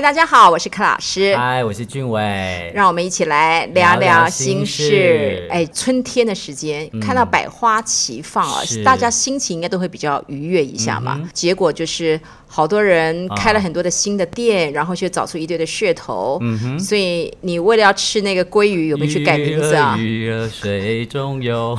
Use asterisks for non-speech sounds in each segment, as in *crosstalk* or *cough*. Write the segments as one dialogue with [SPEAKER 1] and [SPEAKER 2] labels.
[SPEAKER 1] 大家好，我是柯老师。
[SPEAKER 2] 嗨，我是俊伟。
[SPEAKER 1] 让我们一起来
[SPEAKER 2] 聊
[SPEAKER 1] 聊
[SPEAKER 2] 聊
[SPEAKER 1] 心
[SPEAKER 2] 心
[SPEAKER 1] 事
[SPEAKER 2] 事。嗯
[SPEAKER 1] 哎，春天的时间，看到百花齐放啊，
[SPEAKER 2] 是嗯
[SPEAKER 1] 大家心情应该都会比较愉悦一下嘛。结果就是好多人
[SPEAKER 2] 啊
[SPEAKER 1] 开了很多的新的店，然后却找出一堆的噱头。
[SPEAKER 2] 嗯
[SPEAKER 1] 所以你为了要吃那个鲑鱼，有没有去改名字啊？
[SPEAKER 2] 鱼儿鱼儿水中游。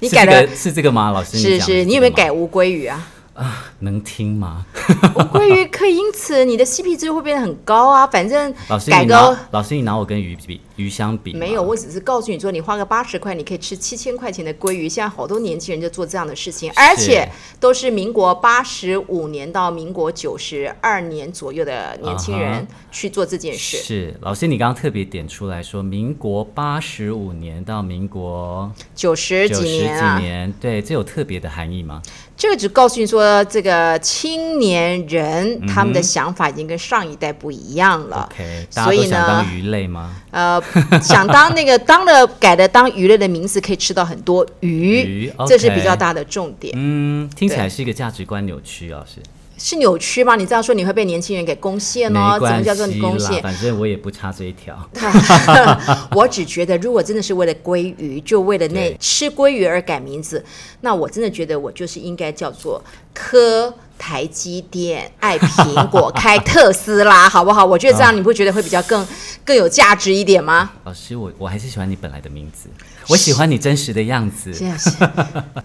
[SPEAKER 1] 你
[SPEAKER 2] 是
[SPEAKER 1] 改
[SPEAKER 2] 这个
[SPEAKER 1] 了
[SPEAKER 2] 是这个吗？老师，
[SPEAKER 1] 是
[SPEAKER 2] 讲
[SPEAKER 1] 是，
[SPEAKER 2] 这
[SPEAKER 1] 你有
[SPEAKER 2] 个
[SPEAKER 1] 没有
[SPEAKER 2] 吗
[SPEAKER 1] 改乌鲑鱼啊？
[SPEAKER 2] 能听吗？
[SPEAKER 1] 乌 *laughs* 鲑鱼可以，因此你的 CP 值会变得很高啊。反正
[SPEAKER 2] 老师，
[SPEAKER 1] 改
[SPEAKER 2] 你
[SPEAKER 1] 个哦
[SPEAKER 2] 拿老师，你拿我跟鱼比鱼相比吗
[SPEAKER 1] 没有，我只是告诉你说，你花个八十块，你可以吃七千块钱的鲑鱼。现在好多年轻人就做这样的事情，而且都是民国八十五年到民国九十二年左右的年轻
[SPEAKER 2] 啊
[SPEAKER 1] 人
[SPEAKER 2] 哈
[SPEAKER 1] 去做这件事。
[SPEAKER 2] 是老师，你刚刚特别点出来说，民国八十五年到民国
[SPEAKER 1] 九十
[SPEAKER 2] 九
[SPEAKER 1] 几
[SPEAKER 2] 十
[SPEAKER 1] 年
[SPEAKER 2] 几
[SPEAKER 1] 啊，
[SPEAKER 2] 年，对，这有特别的含义吗？
[SPEAKER 1] 这个只告诉你说，这个青年人、他们的想法已经跟上一代不一样了。
[SPEAKER 2] 嗯 OK，大
[SPEAKER 1] 所
[SPEAKER 2] 家都
[SPEAKER 1] 以
[SPEAKER 2] 想
[SPEAKER 1] 呢
[SPEAKER 2] 当，鱼类吗？
[SPEAKER 1] 呃，想当那个当了改了当鱼类的名字，可以吃到很多鱼，
[SPEAKER 2] 鱼
[SPEAKER 1] 这是比
[SPEAKER 2] OK
[SPEAKER 1] 较大的重点。
[SPEAKER 2] 嗯，听起
[SPEAKER 1] 对
[SPEAKER 2] 来是一个价值观扭曲，啊老师。
[SPEAKER 1] 是扭曲吗？你这样说你会被年轻人给攻陷
[SPEAKER 2] 没
[SPEAKER 1] 哦。怎么
[SPEAKER 2] 关系
[SPEAKER 1] 叫做你攻
[SPEAKER 2] 啦
[SPEAKER 1] 陷？
[SPEAKER 2] 反正我也不差这一条。 *laughs*
[SPEAKER 1] *laughs* 我只觉得，如果真的是为了鲑鱼，就为了那
[SPEAKER 2] 对
[SPEAKER 1] 吃鲑鱼而改名字，那我真的觉得我就是应该叫做科台积电爱苹
[SPEAKER 2] *laughs*
[SPEAKER 1] 果开特斯拉，好不好？我觉得这样你不觉得会比较更更有价值一点吗？
[SPEAKER 2] 老师，我我还是喜欢你本来的名字，我喜欢你真实的样子。
[SPEAKER 1] 这样是，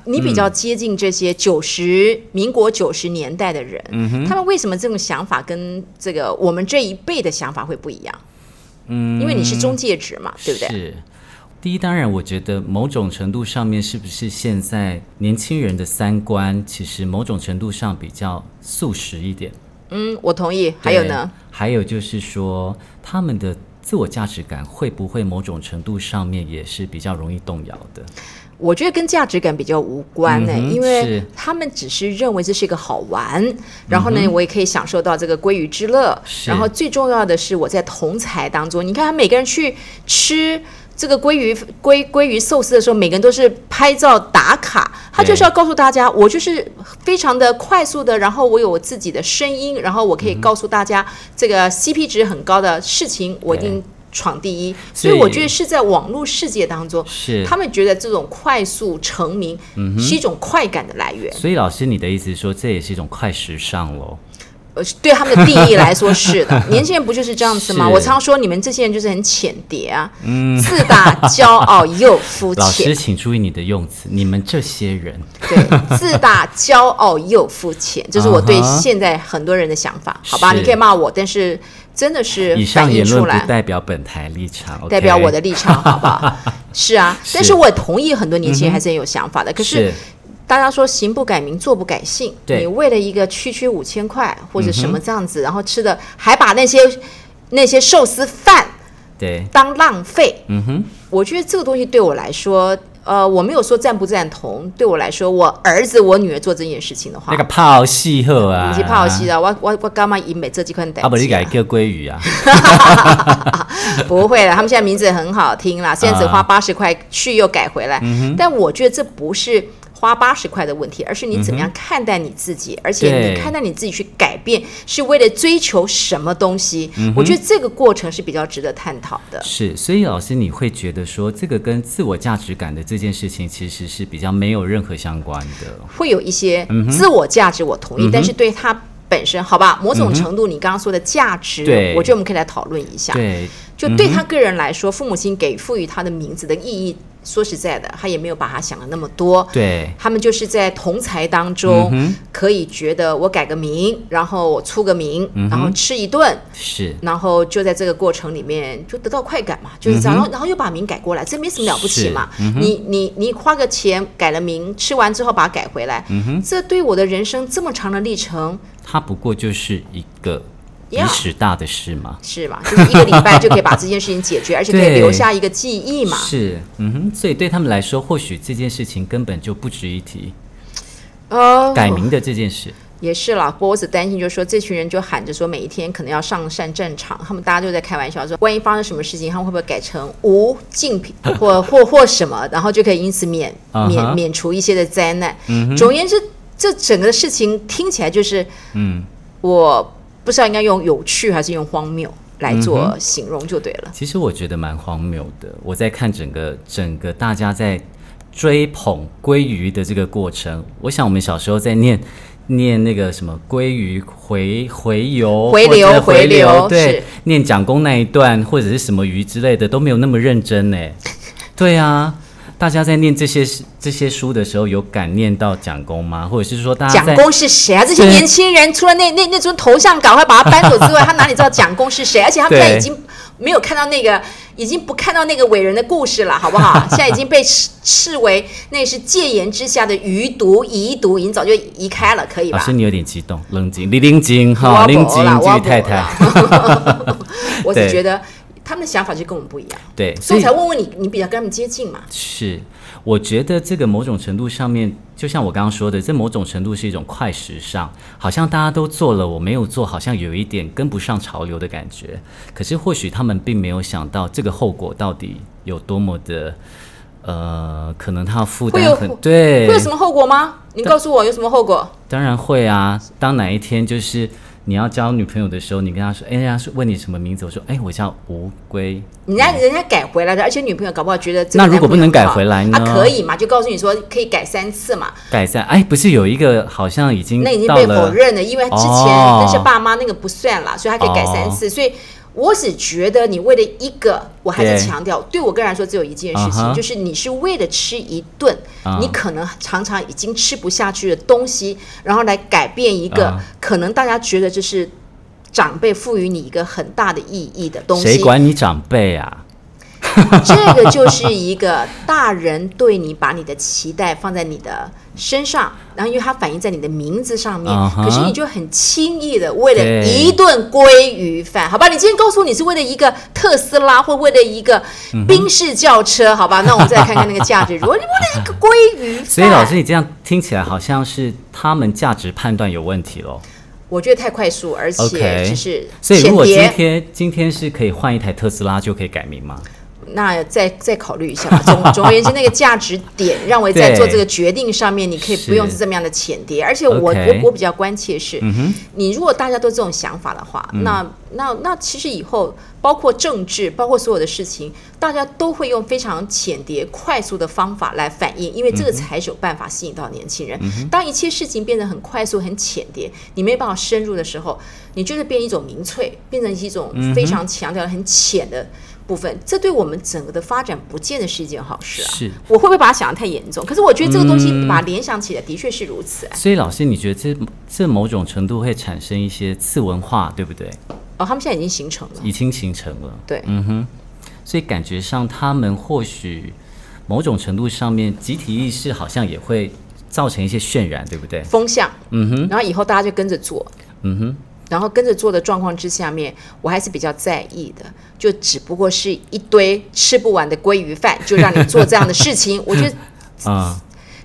[SPEAKER 1] 你比
[SPEAKER 2] 嗯
[SPEAKER 1] 较接近这些九十民国九十年代的人，
[SPEAKER 2] 嗯
[SPEAKER 1] 他们为什么这种想法跟这个我们这一辈的想法会不一样？嗯，因为你是中介值嘛，对不对？
[SPEAKER 2] 是。第一，当然，我觉得某种程度上面，是不是现在年轻人的三观，其实某种程度上比较素食一点。
[SPEAKER 1] 嗯，我同意。还有呢，
[SPEAKER 2] 对？还有就是说，他们的自我价值感会不会某种程度上面也是比较容易动摇的？
[SPEAKER 1] 我觉得跟价值感比较无关呢、
[SPEAKER 2] 嗯哼
[SPEAKER 1] 因为
[SPEAKER 2] 是嗯
[SPEAKER 1] 他们只是认为这是一个好玩，然后呢，我也可以享受到这个鲑鱼之乐。
[SPEAKER 2] 是
[SPEAKER 1] 然后最重要的是，我在同才当中，你看他每个人去吃。这个鲑鱼鲑鲑鱼寿司的时候，每个人都是拍照打卡，他就是要告诉大家，我就是非常的快速的，然后我有我自己的声音，然后我可
[SPEAKER 2] 嗯
[SPEAKER 1] 以告诉大家这个 CP 值很高的事情，我一定闯第一。所以
[SPEAKER 2] 所以
[SPEAKER 1] 我觉得是在网络世界当中，
[SPEAKER 2] 是
[SPEAKER 1] 他们觉得这种快速成名是一种快感的来源，
[SPEAKER 2] 所以，老师，你的意思是说，这也是一种快时尚喽？
[SPEAKER 1] 呃，对他们的定义来说是
[SPEAKER 2] *laughs*
[SPEAKER 1] 的。年轻人不就是这样子吗？
[SPEAKER 2] 是嗯
[SPEAKER 1] 我常说你们这些人就是很浅碟啊，自大、骄傲又肤
[SPEAKER 2] 老师，
[SPEAKER 1] 浅。
[SPEAKER 2] 请注意你的用词，你们这些人。
[SPEAKER 1] 对，自大、骄傲又肤
[SPEAKER 2] *laughs*
[SPEAKER 1] 浅，这是我对
[SPEAKER 2] 啊哈
[SPEAKER 1] 现在很多人的想法。好吧，
[SPEAKER 2] 啊是
[SPEAKER 1] 你可以骂我，但是真的是
[SPEAKER 2] 以上
[SPEAKER 1] 反映
[SPEAKER 2] 言论
[SPEAKER 1] 出来
[SPEAKER 2] 不。代表本台立场，
[SPEAKER 1] 代表我的。立场，好不
[SPEAKER 2] *laughs*
[SPEAKER 1] 好？是啊，
[SPEAKER 2] 是嗯
[SPEAKER 1] 但是我也同意很多年轻人还是很有想法的。可是
[SPEAKER 2] 是
[SPEAKER 1] 大家说行不改名，坐不改姓，
[SPEAKER 2] 对嗯
[SPEAKER 1] 你为了一个区区五千块或者什么这样子，然后吃的还把那些那些寿司饭
[SPEAKER 2] 对，
[SPEAKER 1] 当浪费，
[SPEAKER 2] 嗯哼，
[SPEAKER 1] 我觉得这个东西对我来说。呃，我没有说赞不赞同。对我来说，我儿子、我女儿做这件事情的话，
[SPEAKER 2] 那个泡戏后啊，
[SPEAKER 1] 你是怕我洗的，我我我干嘛以美这几款代
[SPEAKER 2] 啊，不，你改叫鲑鱼啊， *laughs*
[SPEAKER 1] 不会了，他们现在名字很好听
[SPEAKER 2] 啊
[SPEAKER 1] 啦，现在只花八十块去又改回来。
[SPEAKER 2] 嗯
[SPEAKER 1] 但我觉得这不是花八十块的问题，而是你怎么样看待你自己，而且你
[SPEAKER 2] 对
[SPEAKER 1] 看待你自己去改变是为了追求什么东西。我觉得这个过程是比较值得探讨的。
[SPEAKER 2] 嗯是，所以老师你会觉得说，这个跟自我价值感的这件事情其实是比较没有任何相关的。
[SPEAKER 1] 会有一些
[SPEAKER 2] 嗯
[SPEAKER 1] 自我价值，我同意，但是对他本身，好吧，某种程度你刚刚说的价值，
[SPEAKER 2] 对
[SPEAKER 1] 我觉得我们可以来讨论一下。
[SPEAKER 2] 对，嗯
[SPEAKER 1] 就对他个人来说，父母亲给赋予他的名字的意义，说实在的，他也没有把他想的那么多。
[SPEAKER 2] 对，
[SPEAKER 1] 他们就是在同才当中，可以觉得我改个名，然后我出个名，然后吃一顿，
[SPEAKER 2] 是，
[SPEAKER 1] 然后就在这个过程里面就得到快感嘛，就是这样。然后然后又把名改过来，这没什么了不起嘛。你你你花个钱改了名，吃完之后把它改回来，这对我的人生这么长的历程
[SPEAKER 2] 它不过就是一个鼻
[SPEAKER 1] Yeah
[SPEAKER 2] 屎大的事嘛。
[SPEAKER 1] 是嘛，就是一个礼拜就可以把这件事情解决，而且可以
[SPEAKER 2] 对
[SPEAKER 1] 留下一个记忆嘛。
[SPEAKER 2] 是，嗯哼，所以对他们来说，或许这件事情根本就不值一提，
[SPEAKER 1] 呃，
[SPEAKER 2] 改名的这件事。
[SPEAKER 1] 也是啦，不过我只担心就是说，这群人就喊着说每一天可能要上战战场，他们大家就在开玩笑说，万一发生什么事情，他们会不会改成无竞
[SPEAKER 2] *laughs*
[SPEAKER 1] 品或或或什么，然后就可以因此免
[SPEAKER 2] 啊哈
[SPEAKER 1] 免免除一些的
[SPEAKER 2] 嗯
[SPEAKER 1] 灾难。总而言之，这整个事情听起来就是，嗯，我不知道应该用有趣还是用荒谬来
[SPEAKER 2] 嗯
[SPEAKER 1] 做形容就对了。
[SPEAKER 2] 其实我觉得蛮荒谬的。我在看整个整个大家在追捧鲑鱼的这个过程，我想我们小时候在念念那个什么鲑鱼回回游、
[SPEAKER 1] 回流
[SPEAKER 2] 或者回
[SPEAKER 1] 回流是
[SPEAKER 2] 对，念蒋公那一段或者是什么鱼之类的都没有那么认
[SPEAKER 1] *laughs*
[SPEAKER 2] 真呢。对啊。大家在念这些这些书的时候，有感念到蒋公吗？或者是说，大家
[SPEAKER 1] 蒋
[SPEAKER 2] 在
[SPEAKER 1] 公是谁啊？这些
[SPEAKER 2] 对
[SPEAKER 1] 年轻人除了那那那尊头像赶快把它搬走之外，他哪里知道蒋公是谁？而且他们现在
[SPEAKER 2] 对
[SPEAKER 1] 已经没有看到那个，已经不看到那个伟人的故事了，好不好？现在已经被视视为那是戒严之下的余毒、遗毒，已经早就移开了，可以
[SPEAKER 2] 老
[SPEAKER 1] 吧
[SPEAKER 2] 师，？你有点激动，冷静，李林静
[SPEAKER 1] 我
[SPEAKER 2] 哈，林
[SPEAKER 1] 不
[SPEAKER 2] 静
[SPEAKER 1] 啦
[SPEAKER 2] 这
[SPEAKER 1] 我
[SPEAKER 2] 位
[SPEAKER 1] 不
[SPEAKER 2] 太太，
[SPEAKER 1] 啦我只
[SPEAKER 2] 对
[SPEAKER 1] 觉得他们的想法就跟我们不一样，
[SPEAKER 2] 对，
[SPEAKER 1] 所
[SPEAKER 2] 所
[SPEAKER 1] 以
[SPEAKER 2] 以
[SPEAKER 1] 我才问问你，你比较跟他们接近嘛？
[SPEAKER 2] 是我觉得这个某种程度上面，就像我刚刚说的，这某种程度是一种快时尚，好像大家都做了，我没有做，好像有一点跟不上潮流的感觉。可是或许他们并没有想到这个后果到底有多么的，呃，可能他要负
[SPEAKER 1] 会有
[SPEAKER 2] 担很对，
[SPEAKER 1] 会有什么后果吗？你告诉我有什么后果？
[SPEAKER 2] 当然会啊。当哪一天就是你要交女朋友的时候，你跟她说，哎，人家说问你什么名字，我说，哎，我叫吴龟。
[SPEAKER 1] 人家人家改回来的，而且女朋友搞不好觉得这个
[SPEAKER 2] 那如
[SPEAKER 1] 男朋
[SPEAKER 2] 果不
[SPEAKER 1] 友
[SPEAKER 2] 能改
[SPEAKER 1] 很好
[SPEAKER 2] 回来呢
[SPEAKER 1] 啊，可以嘛？就告诉你说可以改三次嘛，
[SPEAKER 2] 改善哎，不是有一个好像已经
[SPEAKER 1] 那已经
[SPEAKER 2] 到
[SPEAKER 1] 被
[SPEAKER 2] 了
[SPEAKER 1] 否认了，因为之前
[SPEAKER 2] 哦
[SPEAKER 1] 那是爸妈那个不算啦，所以他可以改三次。所以我只觉得你为了一个，我还是
[SPEAKER 2] 对
[SPEAKER 1] 强调，对我个人来说只有一件事情
[SPEAKER 2] 嗯哼
[SPEAKER 1] 就是你是为了吃一顿
[SPEAKER 2] 嗯
[SPEAKER 1] 你可能常常已经吃不下去的东西，然后来改变一个
[SPEAKER 2] 嗯
[SPEAKER 1] 可能大家觉得这是长辈赋予你一个很大的意义的东
[SPEAKER 2] 谁
[SPEAKER 1] 西，
[SPEAKER 2] 管你长辈啊？
[SPEAKER 1] 这个就是一个大人对你把你的期待放在你的身上，然后因为它反映在你的名字上面
[SPEAKER 2] 啊哈
[SPEAKER 1] 可是你就很轻易的为了
[SPEAKER 2] 对
[SPEAKER 1] 一顿鲑鱼饭，好吧？你今天告诉我你是为了一个特斯拉或为了一个宾士轿车，好吧？那我们再来看看那个价值如何。你为了一个鲑鱼饭，
[SPEAKER 2] 所以老师，你这样听起来好像是他们价值判断有问题咯。
[SPEAKER 1] 我觉得太快速，而且
[SPEAKER 2] OK
[SPEAKER 1] 就是
[SPEAKER 2] 所以
[SPEAKER 1] 浅
[SPEAKER 2] 如果今
[SPEAKER 1] 碟
[SPEAKER 2] 天今天是可以换一台特斯拉就可以改名吗？
[SPEAKER 1] 那再再考虑一下吧。
[SPEAKER 2] *laughs*
[SPEAKER 1] 总总而言之，那个价值点让我在
[SPEAKER 2] 对
[SPEAKER 1] 做这个决定上面，你可以不用是
[SPEAKER 2] 是
[SPEAKER 1] 这么样的浅碟。而且我
[SPEAKER 2] OK
[SPEAKER 1] 我我比较关切是，你如果大家都这种想法的话，那那那其实以后包括政治，包括所有的事情，大家都会用非常浅碟、快速的方法来反应，因为这个才是有办法吸引到年轻人。当一切事情变得很快速、很浅碟，你没办法深入的时候，你就是变一种民粹，变成一种非常强调的很浅的。部分，这对我们整个的发展不见得是一件好事啊！
[SPEAKER 2] 是
[SPEAKER 1] 我会不会把它想得太严重？可是我觉得这个东西把它联想起来，的确是如此、啊。
[SPEAKER 2] 所以老师，你觉得这这某种程度会产生一些次文化，对不对？
[SPEAKER 1] 哦，他们现在已经形成了，
[SPEAKER 2] 已经形成了，
[SPEAKER 1] 对，
[SPEAKER 2] 所以感觉上他们或许某种程度上面集体意识好像也会造成一些渲染，对不对？
[SPEAKER 1] 风向，嗯哼，然后以后大家就跟着做，
[SPEAKER 2] 嗯哼。
[SPEAKER 1] 然后跟着做的状况之下面，我还是比较在意的，就只不过是一堆吃不完的鲑鱼饭，就让你做这样的事
[SPEAKER 2] *laughs*
[SPEAKER 1] 情，我觉得
[SPEAKER 2] 啊、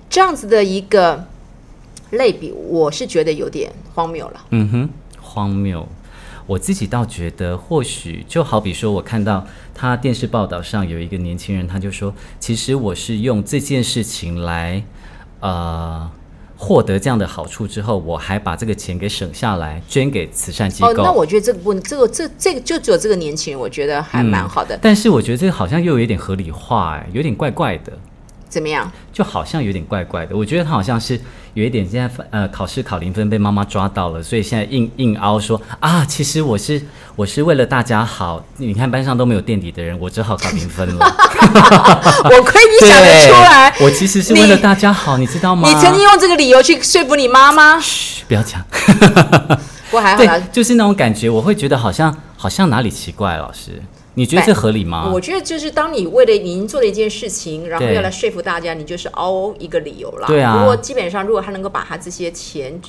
[SPEAKER 1] 这样子的一个类比，我是觉得有点荒谬了。
[SPEAKER 2] 嗯哼，荒谬。我自己倒觉得，或许就好比说，我看到他电视报道上有一个年轻人，他就说，其实我是用这件事情来，呃，获得这样的好处之后，我还把这个钱给省下来，捐给慈善机构。
[SPEAKER 1] 哦，那我觉得这个不，这个这这个就只有这个年轻人，我觉得还蛮好的。
[SPEAKER 2] *laughs* 但是我觉得这个好像又有一点合理化、哎，有点怪怪的。
[SPEAKER 1] 怎么
[SPEAKER 2] *laughs*
[SPEAKER 1] 样？
[SPEAKER 2] 就好像有点怪怪的。我觉得他好像是有一点现在呃考试考零分被妈妈抓到了，所以现在硬硬凹说啊，其实我是我是为了大家好。你看班上都没有垫底的人，我只好考零分了。
[SPEAKER 1] 我亏 *laughs* 你想得出来。
[SPEAKER 2] 我其实是为了大家好，你知道吗？
[SPEAKER 1] 你曾经用这个理由去说服你妈妈，
[SPEAKER 2] 嘘不要讲，
[SPEAKER 1] 不过还好
[SPEAKER 2] 对
[SPEAKER 1] 啦，。
[SPEAKER 2] 就是那种感觉，我会觉得好像好像哪里奇怪，老师，你觉得这合理吗？
[SPEAKER 1] 我觉得就是当你为了您做了一件事情，然后
[SPEAKER 2] 对
[SPEAKER 1] 要来说服大家，你就是凹一个理由啦。
[SPEAKER 2] 对啊
[SPEAKER 1] 不过基本上，如果他能够把他这些钱，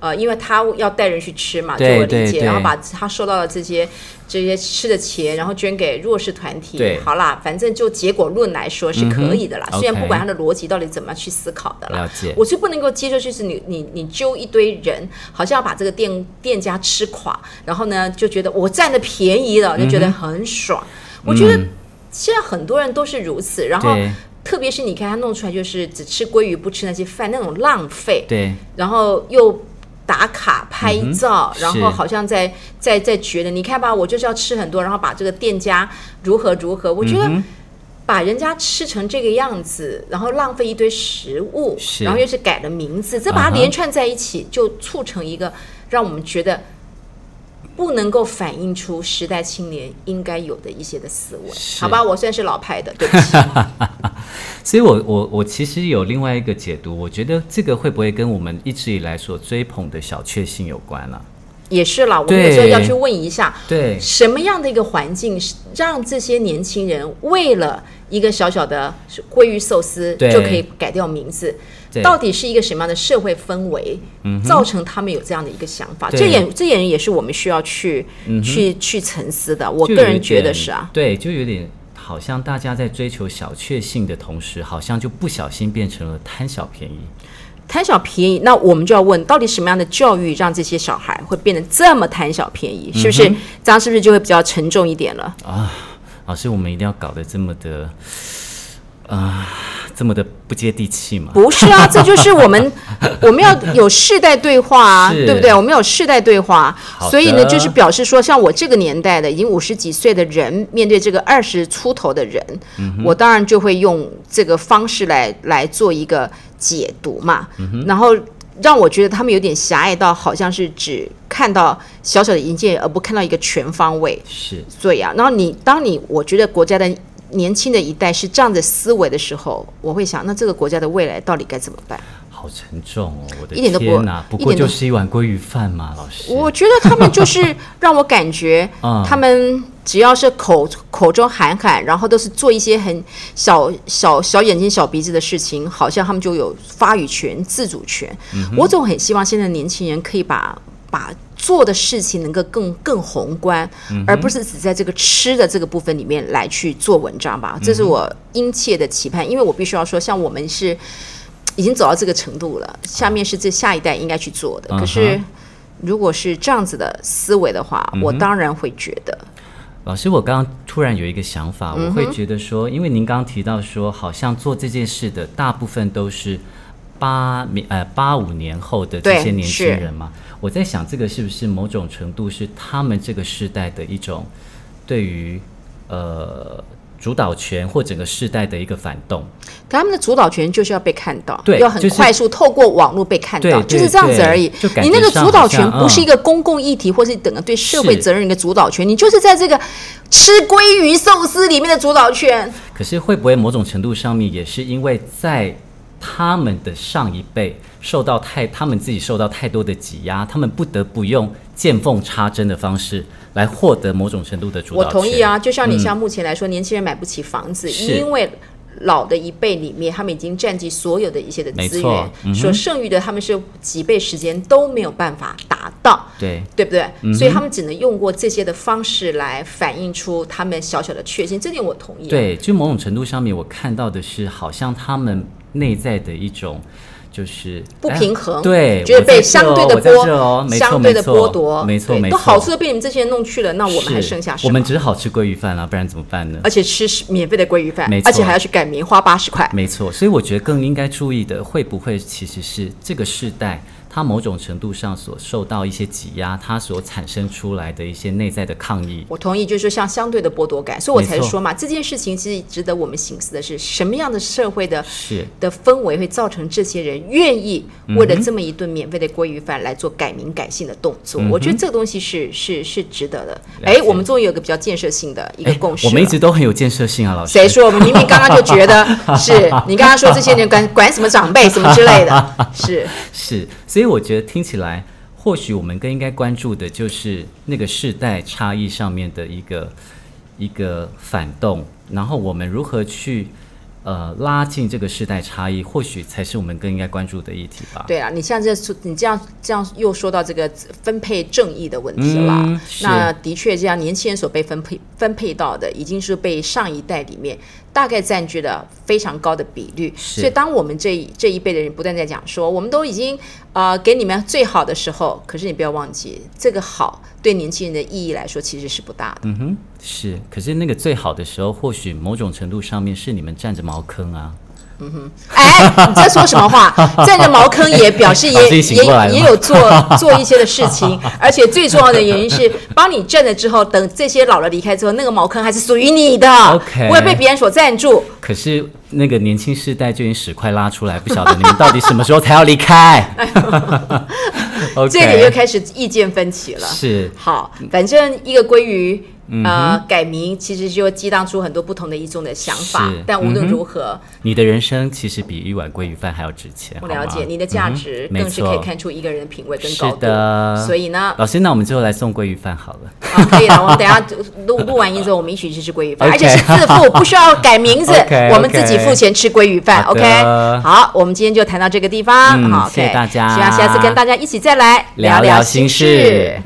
[SPEAKER 1] 呃，因为他要带人去吃嘛，
[SPEAKER 2] 对
[SPEAKER 1] 据我理
[SPEAKER 2] 对
[SPEAKER 1] 解，
[SPEAKER 2] 对
[SPEAKER 1] 然后把他收到的这些这些吃的钱，然后捐给弱势团体
[SPEAKER 2] 对。
[SPEAKER 1] 好啦，反正就结果论来说是可以的啦。
[SPEAKER 2] 嗯哼
[SPEAKER 1] 虽然不
[SPEAKER 2] OK
[SPEAKER 1] 管他的逻辑到底怎么去思考的啦，
[SPEAKER 2] 了解
[SPEAKER 1] 我是不能够接受，就是你你你揪一堆人，好像要把这个店店家吃垮，然后呢就觉得我占了便宜
[SPEAKER 2] 嗯
[SPEAKER 1] 了，就觉得很爽。我觉得现在很多人都是如此，然后
[SPEAKER 2] 对
[SPEAKER 1] 特别是你看他弄出来就是只吃鲑鱼不吃那些饭那种浪费，
[SPEAKER 2] 对
[SPEAKER 1] 然后又打卡拍
[SPEAKER 2] 嗯哼
[SPEAKER 1] 照，然
[SPEAKER 2] 是
[SPEAKER 1] 后好像在在在觉得你看吧，我就是要吃很多，然后把这个店家如何如何，我觉
[SPEAKER 2] 嗯
[SPEAKER 1] 得。把人家吃成这个样子，然后浪费一堆食物，
[SPEAKER 2] 是
[SPEAKER 1] 然后又是改了名字，这把
[SPEAKER 2] 啊
[SPEAKER 1] 它
[SPEAKER 2] 哈
[SPEAKER 1] 连串在一起，就促成一个让我们觉得不能够反映出时代青年应该有的一些的思维，
[SPEAKER 2] 是
[SPEAKER 1] 好吧？我算是老派的，对不
[SPEAKER 2] *laughs*
[SPEAKER 1] 起。
[SPEAKER 2] 所以我，我我其实有另外一个解读，我觉得这个会不会跟我们一直以来所追捧的小确幸有关了、
[SPEAKER 1] 也是啦，我们
[SPEAKER 2] 对
[SPEAKER 1] 有时候要去问一下，
[SPEAKER 2] 对
[SPEAKER 1] 什么样的一个环境是让这些年轻人为了一个小小的鲑鱼寿司
[SPEAKER 2] 对
[SPEAKER 1] 就可以改掉名字
[SPEAKER 2] 对？嗯
[SPEAKER 1] 到底是一个什么样的社会氛围，造成他们有这样的一个想法？
[SPEAKER 2] 对
[SPEAKER 1] 这也这也也是我们需要去、去去沉思的。我
[SPEAKER 2] 就
[SPEAKER 1] 个
[SPEAKER 2] 有一
[SPEAKER 1] 人觉得
[SPEAKER 2] 点
[SPEAKER 1] 是啊，，
[SPEAKER 2] 对，就有点好像大家在追求小确幸的同时，好像就不小心变成了贪小便宜。
[SPEAKER 1] 贪小便宜。那我们就要问，到底什么样的教育让这些小孩会变得这么贪小便宜？是不
[SPEAKER 2] 嗯
[SPEAKER 1] 是？这样是不是就会比较沉重一点了？
[SPEAKER 2] 啊老师，我们一定要搞得这么的，啊、这么的不接地气嘛？
[SPEAKER 1] 不是啊，这就是我
[SPEAKER 2] *laughs*
[SPEAKER 1] 们我们要有世代对话啊，
[SPEAKER 2] 是
[SPEAKER 1] 对不对？我们有世代对话啊
[SPEAKER 2] 好，的
[SPEAKER 1] 所以呢，就是表示说，像我这个年代的，已经五十几岁的人，面对这个二十出头的人，
[SPEAKER 2] 嗯
[SPEAKER 1] 我当然就会用这个方式来来做一个解读嘛，
[SPEAKER 2] 嗯
[SPEAKER 1] 然后。让我觉得他们有点狭隘到好像是只看到小小的一件，而不看到一个全方位。
[SPEAKER 2] 是，
[SPEAKER 1] 对呀、啊然后你当你我觉得国家的年轻的一代是这样的思维的时候，我会想，那这个国家的未来到底该怎么办？
[SPEAKER 2] 好沉重哦！我的
[SPEAKER 1] 一点都不
[SPEAKER 2] 天哪，不
[SPEAKER 1] 一
[SPEAKER 2] 过
[SPEAKER 1] 点都
[SPEAKER 2] 就是一碗鲑鱼饭嘛，老师。
[SPEAKER 1] 我觉得他们就是 *laughs* 让我感觉
[SPEAKER 2] 啊，
[SPEAKER 1] 他们只要是口口中喊喊，然后都是做一些很小小小眼睛小鼻子的事情，好像他们就有发语权、自主权。我总很希望现在的年轻人可以把把做的事情能够更更宏观，而不是只在这个吃的这个部分里面来去做文章吧。这是我殷切的期盼，因为我必须要说，像我们是。已经走到这个程度了，下面是这下一代应该去做的。
[SPEAKER 2] 嗯哼
[SPEAKER 1] 可是，如果是这样子的思维的话，
[SPEAKER 2] 嗯
[SPEAKER 1] 我当然会觉得，
[SPEAKER 2] 老师，我刚刚突然有一个想法，我会觉得说，因为您刚刚提到说，好像做这件事的大部分都是八年呃八五年后的这
[SPEAKER 1] 对
[SPEAKER 2] 些年
[SPEAKER 1] 是
[SPEAKER 2] 轻人嘛，我在想这个是不是某种程度是他们这个世代的一种对于呃主导权或整个世代的一个反动。
[SPEAKER 1] 他们的主导权就是要被看到，
[SPEAKER 2] 对
[SPEAKER 1] 要很
[SPEAKER 2] 就是
[SPEAKER 1] 快速透过网络被看到，
[SPEAKER 2] 对对
[SPEAKER 1] 就是这样子而已
[SPEAKER 2] 对就。感觉
[SPEAKER 1] 你那个主导
[SPEAKER 2] 上
[SPEAKER 1] 权
[SPEAKER 2] 好像嗯
[SPEAKER 1] 不是一个公共议题，或是整个对社会
[SPEAKER 2] 是
[SPEAKER 1] 责任的一个主导权，你就是在这个吃鲑鱼寿司里面的主导权。
[SPEAKER 2] 可是会不会某种程度上面也是因为在他们的上一辈受到太他们自己受到太多的挤压，他们不得不用见缝插针的方式来获得某种程度的主导
[SPEAKER 1] 我
[SPEAKER 2] 权。
[SPEAKER 1] 同意啊，就像你像目前来说，年轻人买不起房子，
[SPEAKER 2] 嗯是
[SPEAKER 1] 因为老的一辈里面，他们已经占据所有的一些的
[SPEAKER 2] 没
[SPEAKER 1] 资
[SPEAKER 2] 错
[SPEAKER 1] 源，
[SPEAKER 2] 嗯哼
[SPEAKER 1] 所剩余的他们是几倍时间都没有办法达到。
[SPEAKER 2] 对，
[SPEAKER 1] 对不对？
[SPEAKER 2] 嗯
[SPEAKER 1] 所以他们只能用过这些的方式来反映出他们小小的确幸，这点我同意。，啊
[SPEAKER 2] 对，就某种程度上面，我看到的是，好像他们内在的一种就是
[SPEAKER 1] 不
[SPEAKER 2] 哎
[SPEAKER 1] 平衡，
[SPEAKER 2] 对，
[SPEAKER 1] 就是
[SPEAKER 2] 我在
[SPEAKER 1] 被
[SPEAKER 2] 这
[SPEAKER 1] 相对
[SPEAKER 2] 哦
[SPEAKER 1] 的
[SPEAKER 2] 我在
[SPEAKER 1] 剥，
[SPEAKER 2] 这哦没错
[SPEAKER 1] 相对的
[SPEAKER 2] 没错
[SPEAKER 1] 剥夺，
[SPEAKER 2] 没错
[SPEAKER 1] 对
[SPEAKER 2] 没
[SPEAKER 1] 都
[SPEAKER 2] 错，
[SPEAKER 1] 好处都被你们这些人弄去了，那我们还
[SPEAKER 2] 是
[SPEAKER 1] 剩下什么？
[SPEAKER 2] 我们只好吃鲑鱼饭了，不然怎么办呢？
[SPEAKER 1] 而且吃免费的鲑鱼饭
[SPEAKER 2] 没，错
[SPEAKER 1] 而且还要去改棉花八十块。
[SPEAKER 2] 没错，所以我觉得更应该注意的，会不会其实是这个世代它某种程度上所受到一些挤压，它所产生出来的一些内在的抗议。
[SPEAKER 1] 我同意，就是说像相对的剥夺感，所以我才
[SPEAKER 2] 没错
[SPEAKER 1] 说嘛，这件事情其实值得我们醒思的是，什么样的社会的 *laughs*
[SPEAKER 2] 是
[SPEAKER 1] 的氛围会造成这些人愿意
[SPEAKER 2] 嗯
[SPEAKER 1] 为了这么一顿免费的鲑鱼饭来做改名改姓的动作？我觉得这个东西是是是值得的。
[SPEAKER 2] 嗯了
[SPEAKER 1] 哎
[SPEAKER 2] 解，
[SPEAKER 1] 我们终于有个比较建设性的一个
[SPEAKER 2] 诶
[SPEAKER 1] 共识
[SPEAKER 2] 我
[SPEAKER 1] 了。
[SPEAKER 2] 们一直都很有建设性啊，老师。
[SPEAKER 1] 谁说？我们明明刚刚就觉
[SPEAKER 2] *laughs*
[SPEAKER 1] 得是你刚刚说这些人管管什么长辈什么之类的，是
[SPEAKER 2] 是，所以我觉得听起来，或许我们更应该关注的就是那个世代差异上面的一个一个反动，然后我们如何去呃拉近这个世代差异，或许才是我们更应该关注的议题吧。
[SPEAKER 1] 对啊。你像这你这样这样又说到这个分配正义的问题啦。
[SPEAKER 2] 嗯是
[SPEAKER 1] 那的确，这样年轻人所被分配分配到的，已经是被上一代里面大概占据了非常高的比率。
[SPEAKER 2] 是
[SPEAKER 1] 所以，当我们这一这一辈的人不断在讲说，我们都已经呃给你们最好的时候，可是你不要忘记，这个好对年轻人的意义来说其实是不大的。
[SPEAKER 2] 嗯哼，是。可是那个最好的时候，或许某种程度上面是你们占着茅坑啊。
[SPEAKER 1] 哎，你在说什么
[SPEAKER 2] *laughs*
[SPEAKER 1] 话？站着茅坑也表示
[SPEAKER 2] 把自
[SPEAKER 1] 也
[SPEAKER 2] 己醒过来
[SPEAKER 1] 也
[SPEAKER 2] 了
[SPEAKER 1] 也有做做一些的事
[SPEAKER 2] *laughs*
[SPEAKER 1] 情，而且最重要的原因是，帮你挣了之后，等这些老了离开之后，那个茅坑还是属于你的
[SPEAKER 2] OK
[SPEAKER 1] 不会被别人所占住。
[SPEAKER 2] 可是那个年轻世代就已经屎快拉出来，不晓得你们到底什么时候才要离
[SPEAKER 1] *laughs*
[SPEAKER 2] 开。OK，
[SPEAKER 1] 这个又开始意见分歧了。
[SPEAKER 2] 是
[SPEAKER 1] 好，反正一个鲑鱼。
[SPEAKER 2] 嗯
[SPEAKER 1] 呃，改名其实就激荡出很多不同的一种的想法
[SPEAKER 2] 是，嗯
[SPEAKER 1] 但无论如何，
[SPEAKER 2] 你的人生其实比一碗鲑鱼饭还要值钱。
[SPEAKER 1] 我了
[SPEAKER 2] 好
[SPEAKER 1] 解
[SPEAKER 2] 吗
[SPEAKER 1] 你的价值，
[SPEAKER 2] 嗯哼
[SPEAKER 1] 更是可以
[SPEAKER 2] 没错
[SPEAKER 1] 看出一个人的品味跟
[SPEAKER 2] 是
[SPEAKER 1] 高度。
[SPEAKER 2] 的
[SPEAKER 1] 所以呢，
[SPEAKER 2] 老师，那我们最后来送鲑鱼饭好了。
[SPEAKER 1] 啊，可以了，我们等一下录录完音之后，我们一起去吃鲑鱼饭，
[SPEAKER 2] OK
[SPEAKER 1] 而且是自
[SPEAKER 2] *laughs*
[SPEAKER 1] 付，不需要改名字
[SPEAKER 2] OK，OK
[SPEAKER 1] 我们自己付钱吃鲑鱼饭。
[SPEAKER 2] 好
[SPEAKER 1] OK，
[SPEAKER 2] 的
[SPEAKER 1] 好，我们今天就谈到这个地方，
[SPEAKER 2] 嗯
[SPEAKER 1] 好，OK，
[SPEAKER 2] 谢谢大家
[SPEAKER 1] 希望下次跟大家一起再来
[SPEAKER 2] 聊
[SPEAKER 1] 聊
[SPEAKER 2] 心
[SPEAKER 1] 事。